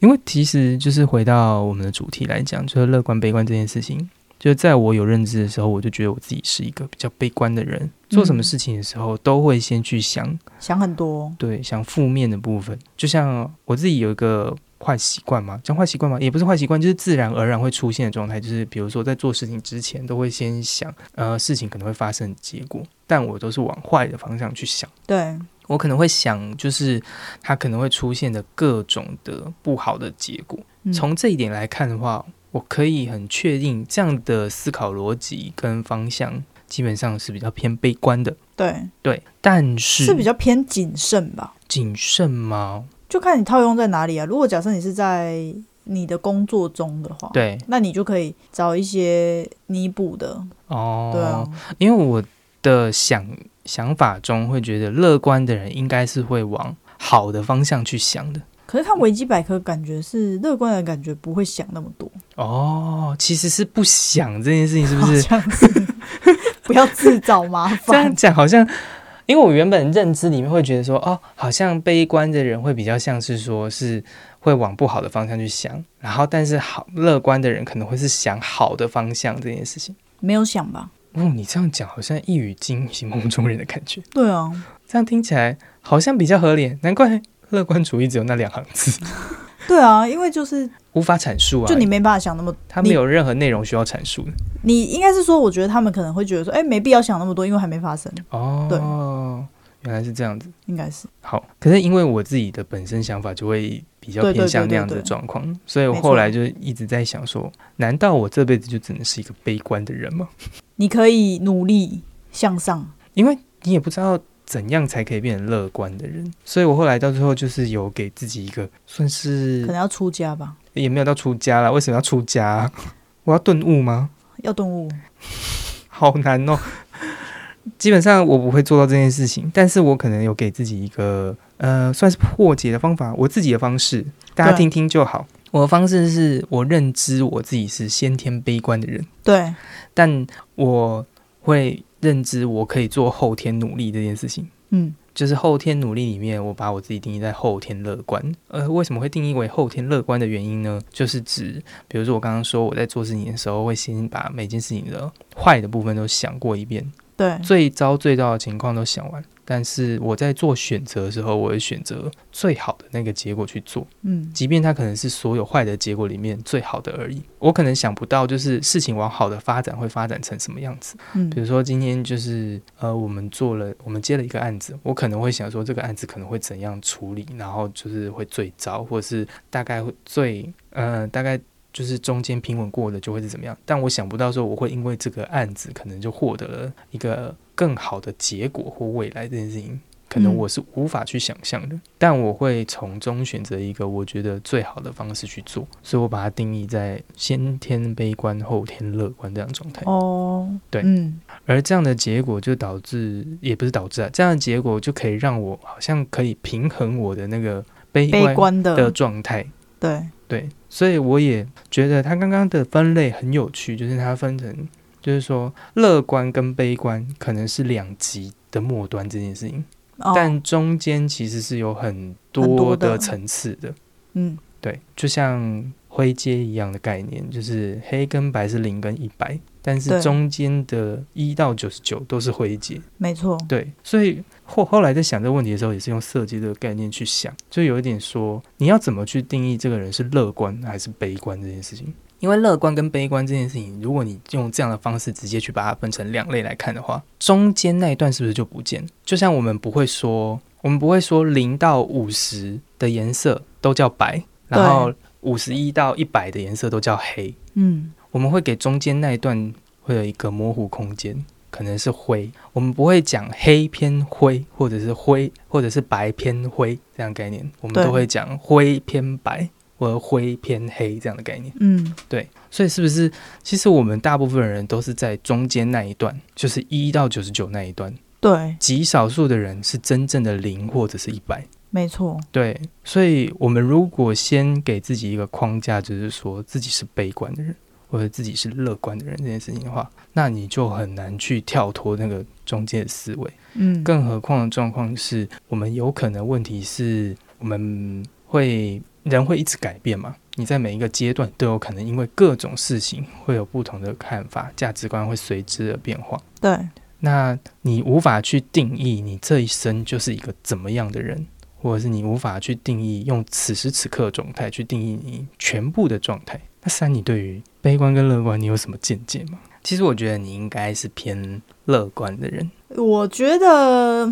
[SPEAKER 1] 因为其实就是回到我们的主题来讲，就是乐观悲观这件事情。就是在我有认知的时候，我就觉得我自己是一个比较悲观的人，做什么事情的时候都会先去想，
[SPEAKER 2] 想很多，
[SPEAKER 1] 对，想负面的部分。就像我自己有一个坏习惯嘛，讲坏习惯嘛，也不是坏习惯，就是自然而然会出现的状态。就是比如说在做事情之前，都会先想，呃，事情可能会发生的结果，但我都是往坏的方向去想。
[SPEAKER 2] 对，
[SPEAKER 1] 我可能会想，就是它可能会出现的各种的不好的结果。
[SPEAKER 2] 嗯
[SPEAKER 1] 从这一点来看的话，我可以很确定这样的思考逻辑跟方向基本上是比较偏悲观的，
[SPEAKER 2] 对
[SPEAKER 1] 对。但是
[SPEAKER 2] 是比较偏谨慎吧。
[SPEAKER 1] 谨慎吗？
[SPEAKER 2] 就看你套用在哪里啊。如果假设你是在你的工作中的话，，
[SPEAKER 1] 对
[SPEAKER 2] 那你就可以找一些弥补的，
[SPEAKER 1] 哦，
[SPEAKER 2] 对啊，
[SPEAKER 1] 因为我的想想法中会觉得乐观的人应该是会往好的方向去想的。
[SPEAKER 2] 可是看维基百科，感觉是乐观的感觉不会想那么多，
[SPEAKER 1] 哦，其实是不想这件事情，是不
[SPEAKER 2] 好
[SPEAKER 1] 是？
[SPEAKER 2] 像是 不要自找麻
[SPEAKER 1] 这样
[SPEAKER 2] 烦。
[SPEAKER 1] 讲好像，因为我原本认知里面会觉得说，哦，好像悲观的人会比较像是说是会往不好的方向去想，然后但是好乐观的人可能会是想好的方向这件事情。
[SPEAKER 2] 没有想吧？
[SPEAKER 1] 哦，你这样讲好像一语惊醒梦中人的感觉，
[SPEAKER 2] 对啊，
[SPEAKER 1] 这样听起来好像比较合理，难怪乐观主义只有那两行字。
[SPEAKER 2] 对啊，因为就是
[SPEAKER 1] 无法阐述啊，
[SPEAKER 2] 就你没办法想那么，
[SPEAKER 1] 他没有任何内容需要阐述的
[SPEAKER 2] 你应该是说，我觉得他们可能会觉得说，哎、没必要想那么多，因为还没发生，
[SPEAKER 1] 哦。原来是这样子，
[SPEAKER 2] 应该是
[SPEAKER 1] 好，可是因为我自己的本身想法就会比较
[SPEAKER 2] 对对
[SPEAKER 1] 偏向
[SPEAKER 2] 对
[SPEAKER 1] 那
[SPEAKER 2] 对
[SPEAKER 1] 样子的
[SPEAKER 2] 对
[SPEAKER 1] 状况，所以我
[SPEAKER 2] 没
[SPEAKER 1] 后
[SPEAKER 2] 错
[SPEAKER 1] 来就一直在想说，难道我这辈子就只能是一个悲观的人吗？
[SPEAKER 2] 你可以努力向上，
[SPEAKER 1] 因为你也不知道怎样才可以变成乐观的人，所以我后来到最后就是有给自己一个算
[SPEAKER 2] 可
[SPEAKER 1] 是
[SPEAKER 2] 能要出家吧，
[SPEAKER 1] 也没有到出家啦，为什么要出家啊、我要顿悟吗？
[SPEAKER 2] 要顿悟。
[SPEAKER 1] 好难哦。基本上我不会做到这件事情，但是我可能有给自己一个呃，算是破解的方法，我自己的方式，大家
[SPEAKER 2] 对
[SPEAKER 1] 听听就好。啊我的方式是我认知我自己是先天悲观的人，
[SPEAKER 2] 对，
[SPEAKER 1] 但我会认知我可以做后天努力这件事情。
[SPEAKER 2] 嗯，
[SPEAKER 1] 就是后天努力里面，我把我自己定义在后天乐观。呃，为什么会定义为后天乐观的原因呢？就是指，比如说我刚刚说我在做事情的时候，会先把每件事情的坏的部分都想过一遍，
[SPEAKER 2] 对，
[SPEAKER 1] 最糟最糟的情况都想完。但是我在做选择的时候，我会选择最好的那个结果去做，
[SPEAKER 2] 嗯，
[SPEAKER 1] 即便它可能是所有坏的结果里面最好的而已。我可能想不到，就是事情往好的发展会发展成什么样子。
[SPEAKER 2] 嗯
[SPEAKER 1] 比，如说今天就是呃，我们做了，我们接了一个案子，我可能会想说这个案子可能会怎样处理，然后就是会最糟，或者是大概会最呃大概就是中间平稳过的就会是怎么样。但我想不到说我会因为这个案子可能就获得了一个更好的结果或未来这件事情。可能
[SPEAKER 2] 嗯
[SPEAKER 1] 我是无法去想象的，但我会从中选择一个我觉得最好的方式去做，所以我把它定义在先天悲观后天乐观这样的状态。
[SPEAKER 2] 哦，
[SPEAKER 1] 对
[SPEAKER 2] 嗯，
[SPEAKER 1] 而这样的结果就导致，也不是导致啊，这样的结果就可以让我好像可以平衡我的那个悲
[SPEAKER 2] 悲
[SPEAKER 1] 观
[SPEAKER 2] 观的，
[SPEAKER 1] 的状态。
[SPEAKER 2] 对，
[SPEAKER 1] 对，所以我也觉得他刚刚的分类很有趣，就是它分成，就是说乐观跟悲观可能是两极的末端这件事情，
[SPEAKER 2] 哦，
[SPEAKER 1] 但中间其实是有很
[SPEAKER 2] 很
[SPEAKER 1] 多
[SPEAKER 2] 多的
[SPEAKER 1] 的层次的。
[SPEAKER 2] 嗯，
[SPEAKER 1] 对，就像灰阶一样的概念，就是黑跟白是零跟一百，但是
[SPEAKER 2] 对
[SPEAKER 1] 中间的一到九十九都是灰阶。
[SPEAKER 2] 没错，
[SPEAKER 1] 对，所以后后来在想这个问题的时候，也是用设计这个概念去想，就有一点说你要怎么去定义这个人是乐观还是悲观这件事情。因为乐观跟悲观这件事情，如果你用这样的方式直接去把它分成两类来看的话，中间那一段是不是就不见？就像我们不会说，我们不会说零到五十的颜色都叫白，然后五十一到一百的颜色都叫黑，
[SPEAKER 2] 嗯，
[SPEAKER 1] 我们会给中间那一段会有一个模糊空间，可能是灰。我们不会讲黑偏灰，或者是灰，或者是白偏灰这样的概念，我们
[SPEAKER 2] 对
[SPEAKER 1] 都会讲灰偏白或者灰偏黑这样的概念。
[SPEAKER 2] 嗯，
[SPEAKER 1] 对，所以是不是其实我们大部分人都是在中间那一段，就是一到九十九那一段，
[SPEAKER 2] 对，
[SPEAKER 1] 极少数的人是真正的零或者是一百。
[SPEAKER 2] 没错，
[SPEAKER 1] 对，所以我们如果先给自己一个框架，就是说自己是悲观的人，或者自己是乐观的人这件事情的话，那你就很难去跳脱那个中间的思维。
[SPEAKER 2] 嗯，
[SPEAKER 1] 更何况的状况是我们有可能问题是我们会人会一直改变嘛？你在每一个阶段都有可能因为各种事情会有不同的看法，价值观会随之而变化。
[SPEAKER 2] 对，
[SPEAKER 1] 那你无法去定义你这一生就是一个怎么样的人，或者是你无法去定义用此时此刻的状态去定义你全部的状态。那三，你对于悲观跟乐观，你有什么见解吗？其实我觉得你应该是偏乐观的人，
[SPEAKER 2] 我觉得，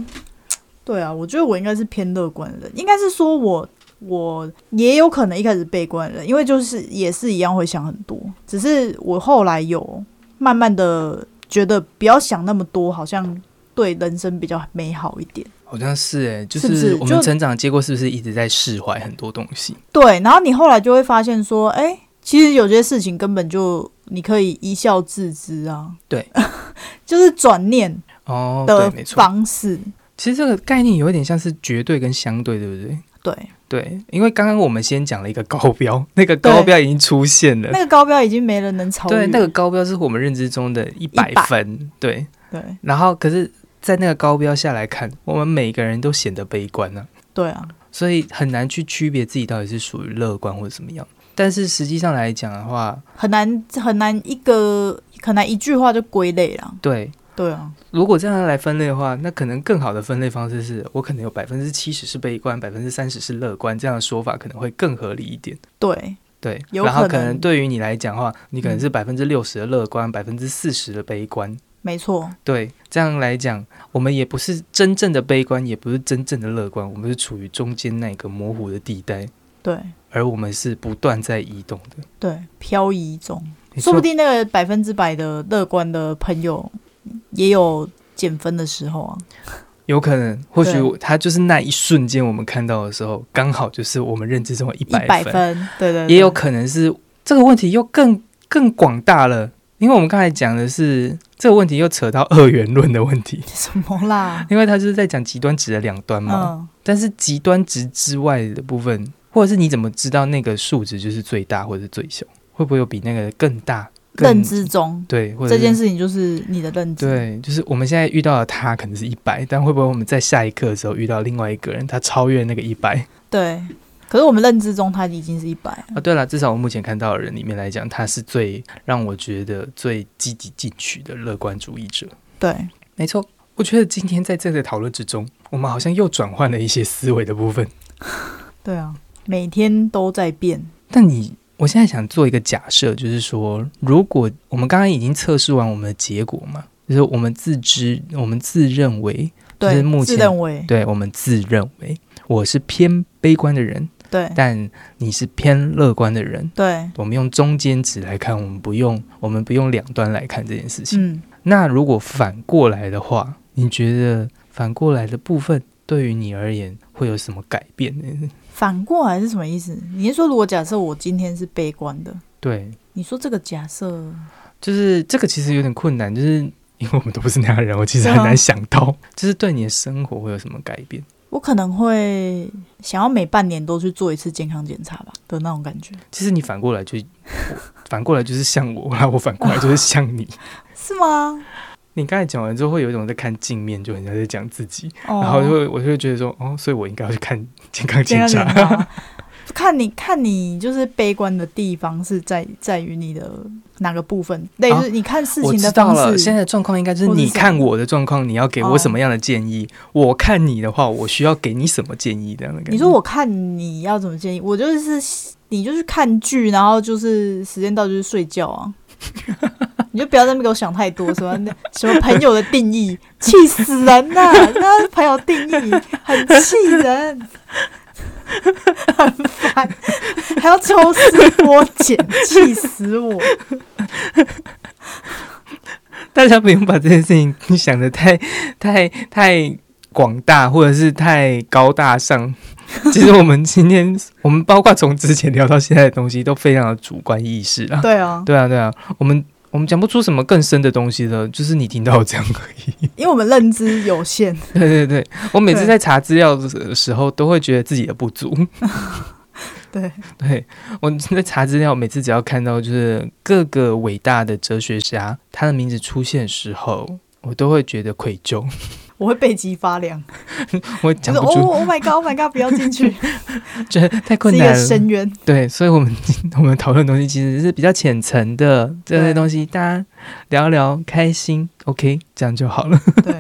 [SPEAKER 2] 对啊，我觉得我应该是偏乐观的人，应该是说我我也有可能一开始悲观的人，因为就是也是一样会想很多，只是我后来有慢慢的觉得不要想那么多，好像对人生比较美好一点。
[SPEAKER 1] 好像是诶、就是
[SPEAKER 2] 不是
[SPEAKER 1] 我们
[SPEAKER 2] 就
[SPEAKER 1] 成长的结果是不是一直在释怀很多东西？
[SPEAKER 2] 对，然后你后来就会发现说，哎、其实有些事情根本就你可以一笑置之啊。
[SPEAKER 1] 对，
[SPEAKER 2] 就是转念
[SPEAKER 1] 哦，对
[SPEAKER 2] 的，
[SPEAKER 1] 没错。
[SPEAKER 2] 方式。
[SPEAKER 1] 其实这个概念有一点像是绝对跟相对，对不对？
[SPEAKER 2] 对，
[SPEAKER 1] 对，因为刚刚我们先讲了一个高标，那个高
[SPEAKER 2] 对
[SPEAKER 1] 标已经出现了
[SPEAKER 2] 那，个高标已经没人能超越。
[SPEAKER 1] 对，那个高标是我们认知中的一百
[SPEAKER 2] 100
[SPEAKER 1] 分，对。
[SPEAKER 2] 对
[SPEAKER 1] 然后，可是，在那个高标下来看，我们每个人都显得悲观呢、
[SPEAKER 2] 对啊，
[SPEAKER 1] 所以很难去区别自己到底是属于乐观或者什么样。但是实际上来讲的话，
[SPEAKER 2] 很难很难一个很难一句话就归类啦。
[SPEAKER 1] 对，
[SPEAKER 2] 对啊，
[SPEAKER 1] 如果这样来分类的话，那可能更好的分类方式是我可能有百分之七十是悲观，百分之三十是乐观，这样的说法可能会更合理一点。
[SPEAKER 2] 对，
[SPEAKER 1] 对，
[SPEAKER 2] 有
[SPEAKER 1] 然后
[SPEAKER 2] 可
[SPEAKER 1] 可能
[SPEAKER 2] 能
[SPEAKER 1] 对于你来讲的话，你可能是
[SPEAKER 2] 嗯
[SPEAKER 1] 百分之六十的乐观，百分之四十的悲观。
[SPEAKER 2] 没错，
[SPEAKER 1] 对，这样来讲，我们也不是真正的悲观，也不是真正的乐观，我们是处于中间那个模糊的地带，
[SPEAKER 2] 对
[SPEAKER 1] 而我们是不断在移动的。
[SPEAKER 2] 对，漂移中，
[SPEAKER 1] 你
[SPEAKER 2] 说不
[SPEAKER 1] 说
[SPEAKER 2] 定那个百分之百的乐观的朋友也有减分的时候啊。
[SPEAKER 1] 有可能，或许
[SPEAKER 2] 对
[SPEAKER 1] 我他就是那一瞬间我们看到的时候，刚好就是我们认知中的一
[SPEAKER 2] 一百分，对对对
[SPEAKER 1] 也有可能是这个问题又更更广大了，因为我们刚才讲的是这个问题又扯到二元论的问题，
[SPEAKER 2] 什么啦？
[SPEAKER 1] 因为它就是在讲极端值的两端嘛。
[SPEAKER 2] 嗯，
[SPEAKER 1] 但是极端值之外的部分，或者是你怎么知道那个数值就是最大或者是最小？会不会有比那个更大、更
[SPEAKER 2] 认知中
[SPEAKER 1] 对，或者
[SPEAKER 2] 这件
[SPEAKER 1] 事
[SPEAKER 2] 事情就是你的认知，
[SPEAKER 1] 对，就是我们现在遇到的他可能是一百，但会不会我们在下一刻的时候遇到另外一个人，他超越那个一百？
[SPEAKER 2] 嗯对可是我们认知中它已经是一百，
[SPEAKER 1] 啊，对了，至少我目前看到的人里面来讲，他是最让我觉得最积极进取的乐观主义者。
[SPEAKER 2] 对
[SPEAKER 1] 没错，我觉得今天在这个讨论之中，我们好像又转换了一些思维的部分。
[SPEAKER 2] 对啊，每天都在变，
[SPEAKER 1] 但你，我现在想做一个假设，就是说，如果我们刚刚已经测试完我们的结果嘛，就是我们自知，我们自认为，就是
[SPEAKER 2] 对，
[SPEAKER 1] 目
[SPEAKER 2] 自
[SPEAKER 1] 前
[SPEAKER 2] 认为
[SPEAKER 1] 对我们自认为我是偏悲观的人，
[SPEAKER 2] 对
[SPEAKER 1] 但你是偏乐观的人。
[SPEAKER 2] 对，
[SPEAKER 1] 我们用中间值来看，我们不用我们不用两端来看这件事情。
[SPEAKER 2] 嗯，
[SPEAKER 1] 那如果反过来的话，你觉得反过来的部分对于你而言会有什么改变呢？
[SPEAKER 2] 反过来是什么意思？你是说如果假设我今天是悲观的，
[SPEAKER 1] 对，
[SPEAKER 2] 你说这个假设
[SPEAKER 1] 就是这个其实有点困难，就是因为我们都不是那样的人，我其实很
[SPEAKER 2] 对啊
[SPEAKER 1] 难想到， 就是对你的生活会有什么改变。
[SPEAKER 2] 我可能会想要每半年都去做一次健康检查吧的那种感觉，
[SPEAKER 1] 其实你反过来就，我反过来就是像我，然后我反过来就是像 你。
[SPEAKER 2] 是吗？
[SPEAKER 1] 你刚才讲完之后，会有一种在看镜面，就很像在讲自己，
[SPEAKER 2] 哦、
[SPEAKER 1] 然后就会我就会觉得说，哦，所以我应该要去看健康
[SPEAKER 2] 健
[SPEAKER 1] 检
[SPEAKER 2] 康检
[SPEAKER 1] 查。
[SPEAKER 2] 查。 看你看你就是悲观的地方是在在于你的哪个部分？类似你看事
[SPEAKER 1] 啊我
[SPEAKER 2] 情
[SPEAKER 1] 知
[SPEAKER 2] 的
[SPEAKER 1] 道
[SPEAKER 2] 方
[SPEAKER 1] 了，
[SPEAKER 2] 式哦
[SPEAKER 1] 现，在的状况应该就是
[SPEAKER 2] 或是
[SPEAKER 1] 你
[SPEAKER 2] 什么
[SPEAKER 1] 看我的状况，你要给我什么样的建议？
[SPEAKER 2] 哦
[SPEAKER 1] 我看你的话，我需要给你什么建议？这样的感觉。
[SPEAKER 2] 你说我看你要怎么建议？我就是你就是看剧，然后就是时间到就是睡觉啊。 你就不要在那边给我想太多，什么那什么朋友的定义，气死人 呐、那朋友定义很气人，很烦，还要抽丝剥茧，气死我！
[SPEAKER 1] 大家不用把这件事情想的太、太、太广大，或者是太高大上。其实我们今天，我们包括从之前聊到现在的东西，都非常的主观意识啊。
[SPEAKER 2] 对啊，
[SPEAKER 1] 对啊，对啊，我们我们讲不出什么更深的东西了，就是你听到这样而已。
[SPEAKER 2] 因为我们认知有限，
[SPEAKER 1] 对 对对，我每次
[SPEAKER 2] 对
[SPEAKER 1] 在查资料的时候，都会觉得自己的不足。
[SPEAKER 2] 对
[SPEAKER 1] 对我在查资料，每次只要看到就是各个伟大的哲学家他的名字出现的时候，我都会觉得愧疚，
[SPEAKER 2] 我会背脊发凉，
[SPEAKER 1] 我
[SPEAKER 2] 就
[SPEAKER 1] 讲
[SPEAKER 2] 是
[SPEAKER 1] 不
[SPEAKER 2] 哦
[SPEAKER 1] 出，
[SPEAKER 2] ，Oh my God，Oh my God，不要 进去，是哦
[SPEAKER 1] 觉 得太困
[SPEAKER 2] 一
[SPEAKER 1] 难
[SPEAKER 2] 个
[SPEAKER 1] 了。
[SPEAKER 2] 深渊。
[SPEAKER 1] 对，所以我们我们讨论的东西其实是比较浅层的这些
[SPEAKER 2] 对
[SPEAKER 1] 东西，大家聊聊开心，OK，这样就好 了。
[SPEAKER 2] 对，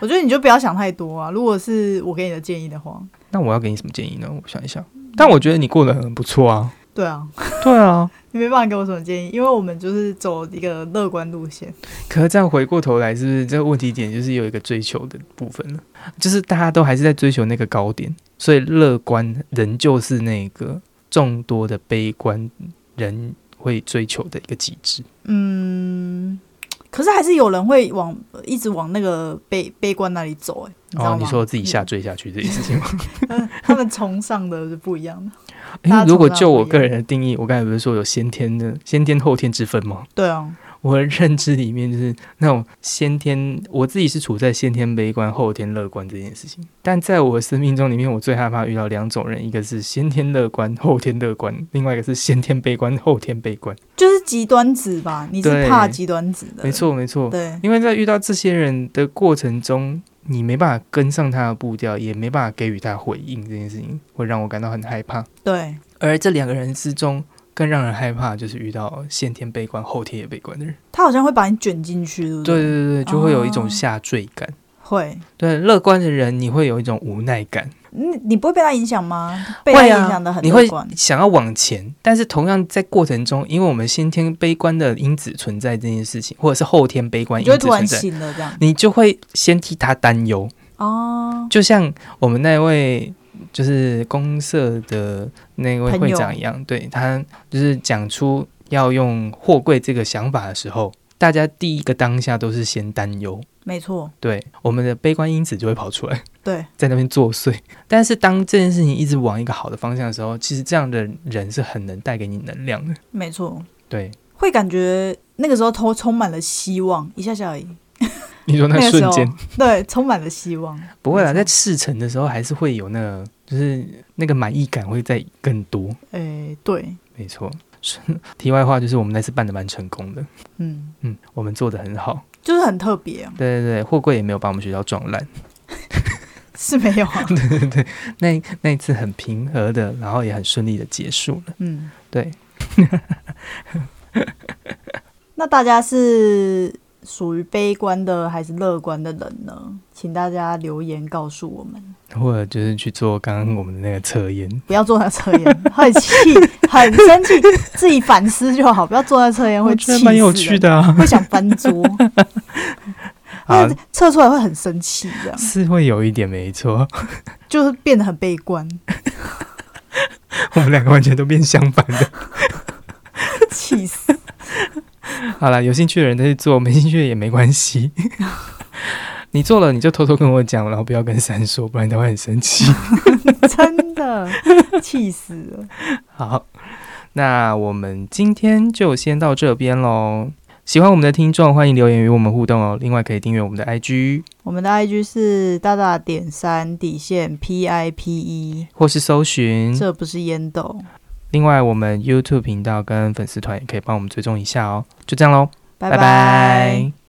[SPEAKER 2] 我觉得你就不要想太多啊。如果是我给你的建议的话，
[SPEAKER 1] 那我要给你什么建议呢？我想一想，但我觉得你过得很不错啊。
[SPEAKER 2] 对啊，
[SPEAKER 1] 对啊，
[SPEAKER 2] 你没办法给我什么建议，因为我们就是走一个乐观路线。
[SPEAKER 1] 可是这样回过头来，是不是这个问题点就是有一个追求的部分了？就是大家都还是在追求那个高点，所以乐观仍旧是那个众多的悲观人会追求的一个极致。
[SPEAKER 2] 嗯，可是还是有人会往一直往那个悲悲观那里走、欸，你知道
[SPEAKER 1] 哦
[SPEAKER 2] 吗？，嗯
[SPEAKER 1] 你说自己下坠下去这件事情吗？
[SPEAKER 2] 他们崇尚的是不一样的。
[SPEAKER 1] 因
[SPEAKER 2] 大家
[SPEAKER 1] 为如果
[SPEAKER 2] 崇尚
[SPEAKER 1] 就我
[SPEAKER 2] 不一样
[SPEAKER 1] 个人的定义，我刚才不是说有先天的先天后天之分吗？
[SPEAKER 2] 对啊，
[SPEAKER 1] 我的认知里面 就是那种先天，我自己是处在先天悲观、后天乐观这件事情。但在我的生命中里面，我最害怕遇到两种人，一个是先天乐观、后天乐观，另外一个是先天悲观、后天悲观。
[SPEAKER 2] 就是极端子吧？你
[SPEAKER 1] 对
[SPEAKER 2] 是怕极端子的，
[SPEAKER 1] 没。错，没错。
[SPEAKER 2] 对
[SPEAKER 1] 因为在遇到这些人的过程中，你没办法跟上他的步调，也没办法给予他回应，这件事情会让我感到很害怕。
[SPEAKER 2] 对
[SPEAKER 1] 而这两个人之中，更让人害怕就是遇到先天悲观、后天也悲观的人。
[SPEAKER 2] 他好像会把你卷进去，对不
[SPEAKER 1] 对
[SPEAKER 2] 对？
[SPEAKER 1] 对对对，就会有一种
[SPEAKER 2] 哦
[SPEAKER 1] 下坠感。
[SPEAKER 2] 会，
[SPEAKER 1] 对，乐观的人你会有一种无奈感，
[SPEAKER 2] 你你不会被他影响吗？被他
[SPEAKER 1] 会
[SPEAKER 2] 影
[SPEAKER 1] 啊，
[SPEAKER 2] 响的很
[SPEAKER 1] 你
[SPEAKER 2] 乐
[SPEAKER 1] 会
[SPEAKER 2] 观，
[SPEAKER 1] 想要往前，但是同样在过程中，因为我们先天悲观的因子存在这件事情，或者是后天悲观
[SPEAKER 2] 你
[SPEAKER 1] 因
[SPEAKER 2] 就会
[SPEAKER 1] 子
[SPEAKER 2] 突
[SPEAKER 1] 存
[SPEAKER 2] 然
[SPEAKER 1] 在，
[SPEAKER 2] 醒了这样。
[SPEAKER 1] 你就会先替他担忧。
[SPEAKER 2] 哦，
[SPEAKER 1] 就像我们那位就是公社的那位会长一样，对他就是讲出要用货柜这个想法的时候，大家第一个当下都是先担忧，
[SPEAKER 2] 没错，
[SPEAKER 1] 对我们的悲观因子就会跑出来，
[SPEAKER 2] 对，
[SPEAKER 1] 在那边作祟。 但是当这件事情一直往一个好的方向的时候，其实这样的人是很能带给你能量的。
[SPEAKER 2] 没错，
[SPEAKER 1] 对，
[SPEAKER 2] 会感觉那个时候都充满了希望，一下下而已。
[SPEAKER 1] 你说那
[SPEAKER 2] 那个时
[SPEAKER 1] 瞬
[SPEAKER 2] 候
[SPEAKER 1] 间，
[SPEAKER 2] 对，充满了希望。
[SPEAKER 1] 不会啦，
[SPEAKER 2] 没
[SPEAKER 1] 在
[SPEAKER 2] 错
[SPEAKER 1] 事成的时候还是会有那个，就是那个满意感会再更多。
[SPEAKER 2] 诶，对，
[SPEAKER 1] 没错。 题外话就是我们那次办的蛮成功的，
[SPEAKER 2] 嗯，
[SPEAKER 1] 嗯，我们做的很好，
[SPEAKER 2] 就是很特别、啊，
[SPEAKER 1] 对对对，货柜也没有把我们学校撞烂，
[SPEAKER 2] 是没 有啊。
[SPEAKER 1] 那那一次很平和的，然后也很顺利的结束了，
[SPEAKER 2] 嗯，
[SPEAKER 1] 对，
[SPEAKER 2] 那大家是属于悲观的还是乐观的人呢？请大家留言告诉我们，
[SPEAKER 1] 或者就是去做刚刚我们的那个测验，
[SPEAKER 2] 不要做那测验，很气，很生气，自己反思就好，不要做那测验
[SPEAKER 1] 我
[SPEAKER 2] 会
[SPEAKER 1] 觉
[SPEAKER 2] 气
[SPEAKER 1] 得
[SPEAKER 2] 死
[SPEAKER 1] 蛮有趣
[SPEAKER 2] 人，
[SPEAKER 1] 的啊，
[SPEAKER 2] 会想翻桌。
[SPEAKER 1] 好
[SPEAKER 2] 那测出来会很生气，这样
[SPEAKER 1] 是会有一点没错，
[SPEAKER 2] 就是变得很悲观，
[SPEAKER 1] 我们两个完全都变相反的。
[SPEAKER 2] 气死。
[SPEAKER 1] 好了，有兴趣的人再去做，没兴趣的也没关系。 你做了，你就偷偷跟我讲，然后不要跟珊说，不然他会很生气。
[SPEAKER 2] 真的气死了。
[SPEAKER 1] 好，那我们今天就先到这边喽。喜欢我们的听众，欢迎留言与我们互动哦。另外，可以订阅我们的 IG，
[SPEAKER 2] 我们的 IG 是大大点三底线 P I P E，
[SPEAKER 1] 或是搜寻。
[SPEAKER 2] 这不是烟斗。
[SPEAKER 1] 另外，我们 YouTube 频道跟粉丝团也可以帮我们追踪一下哦。就这样喽，
[SPEAKER 2] 拜
[SPEAKER 1] 拜拜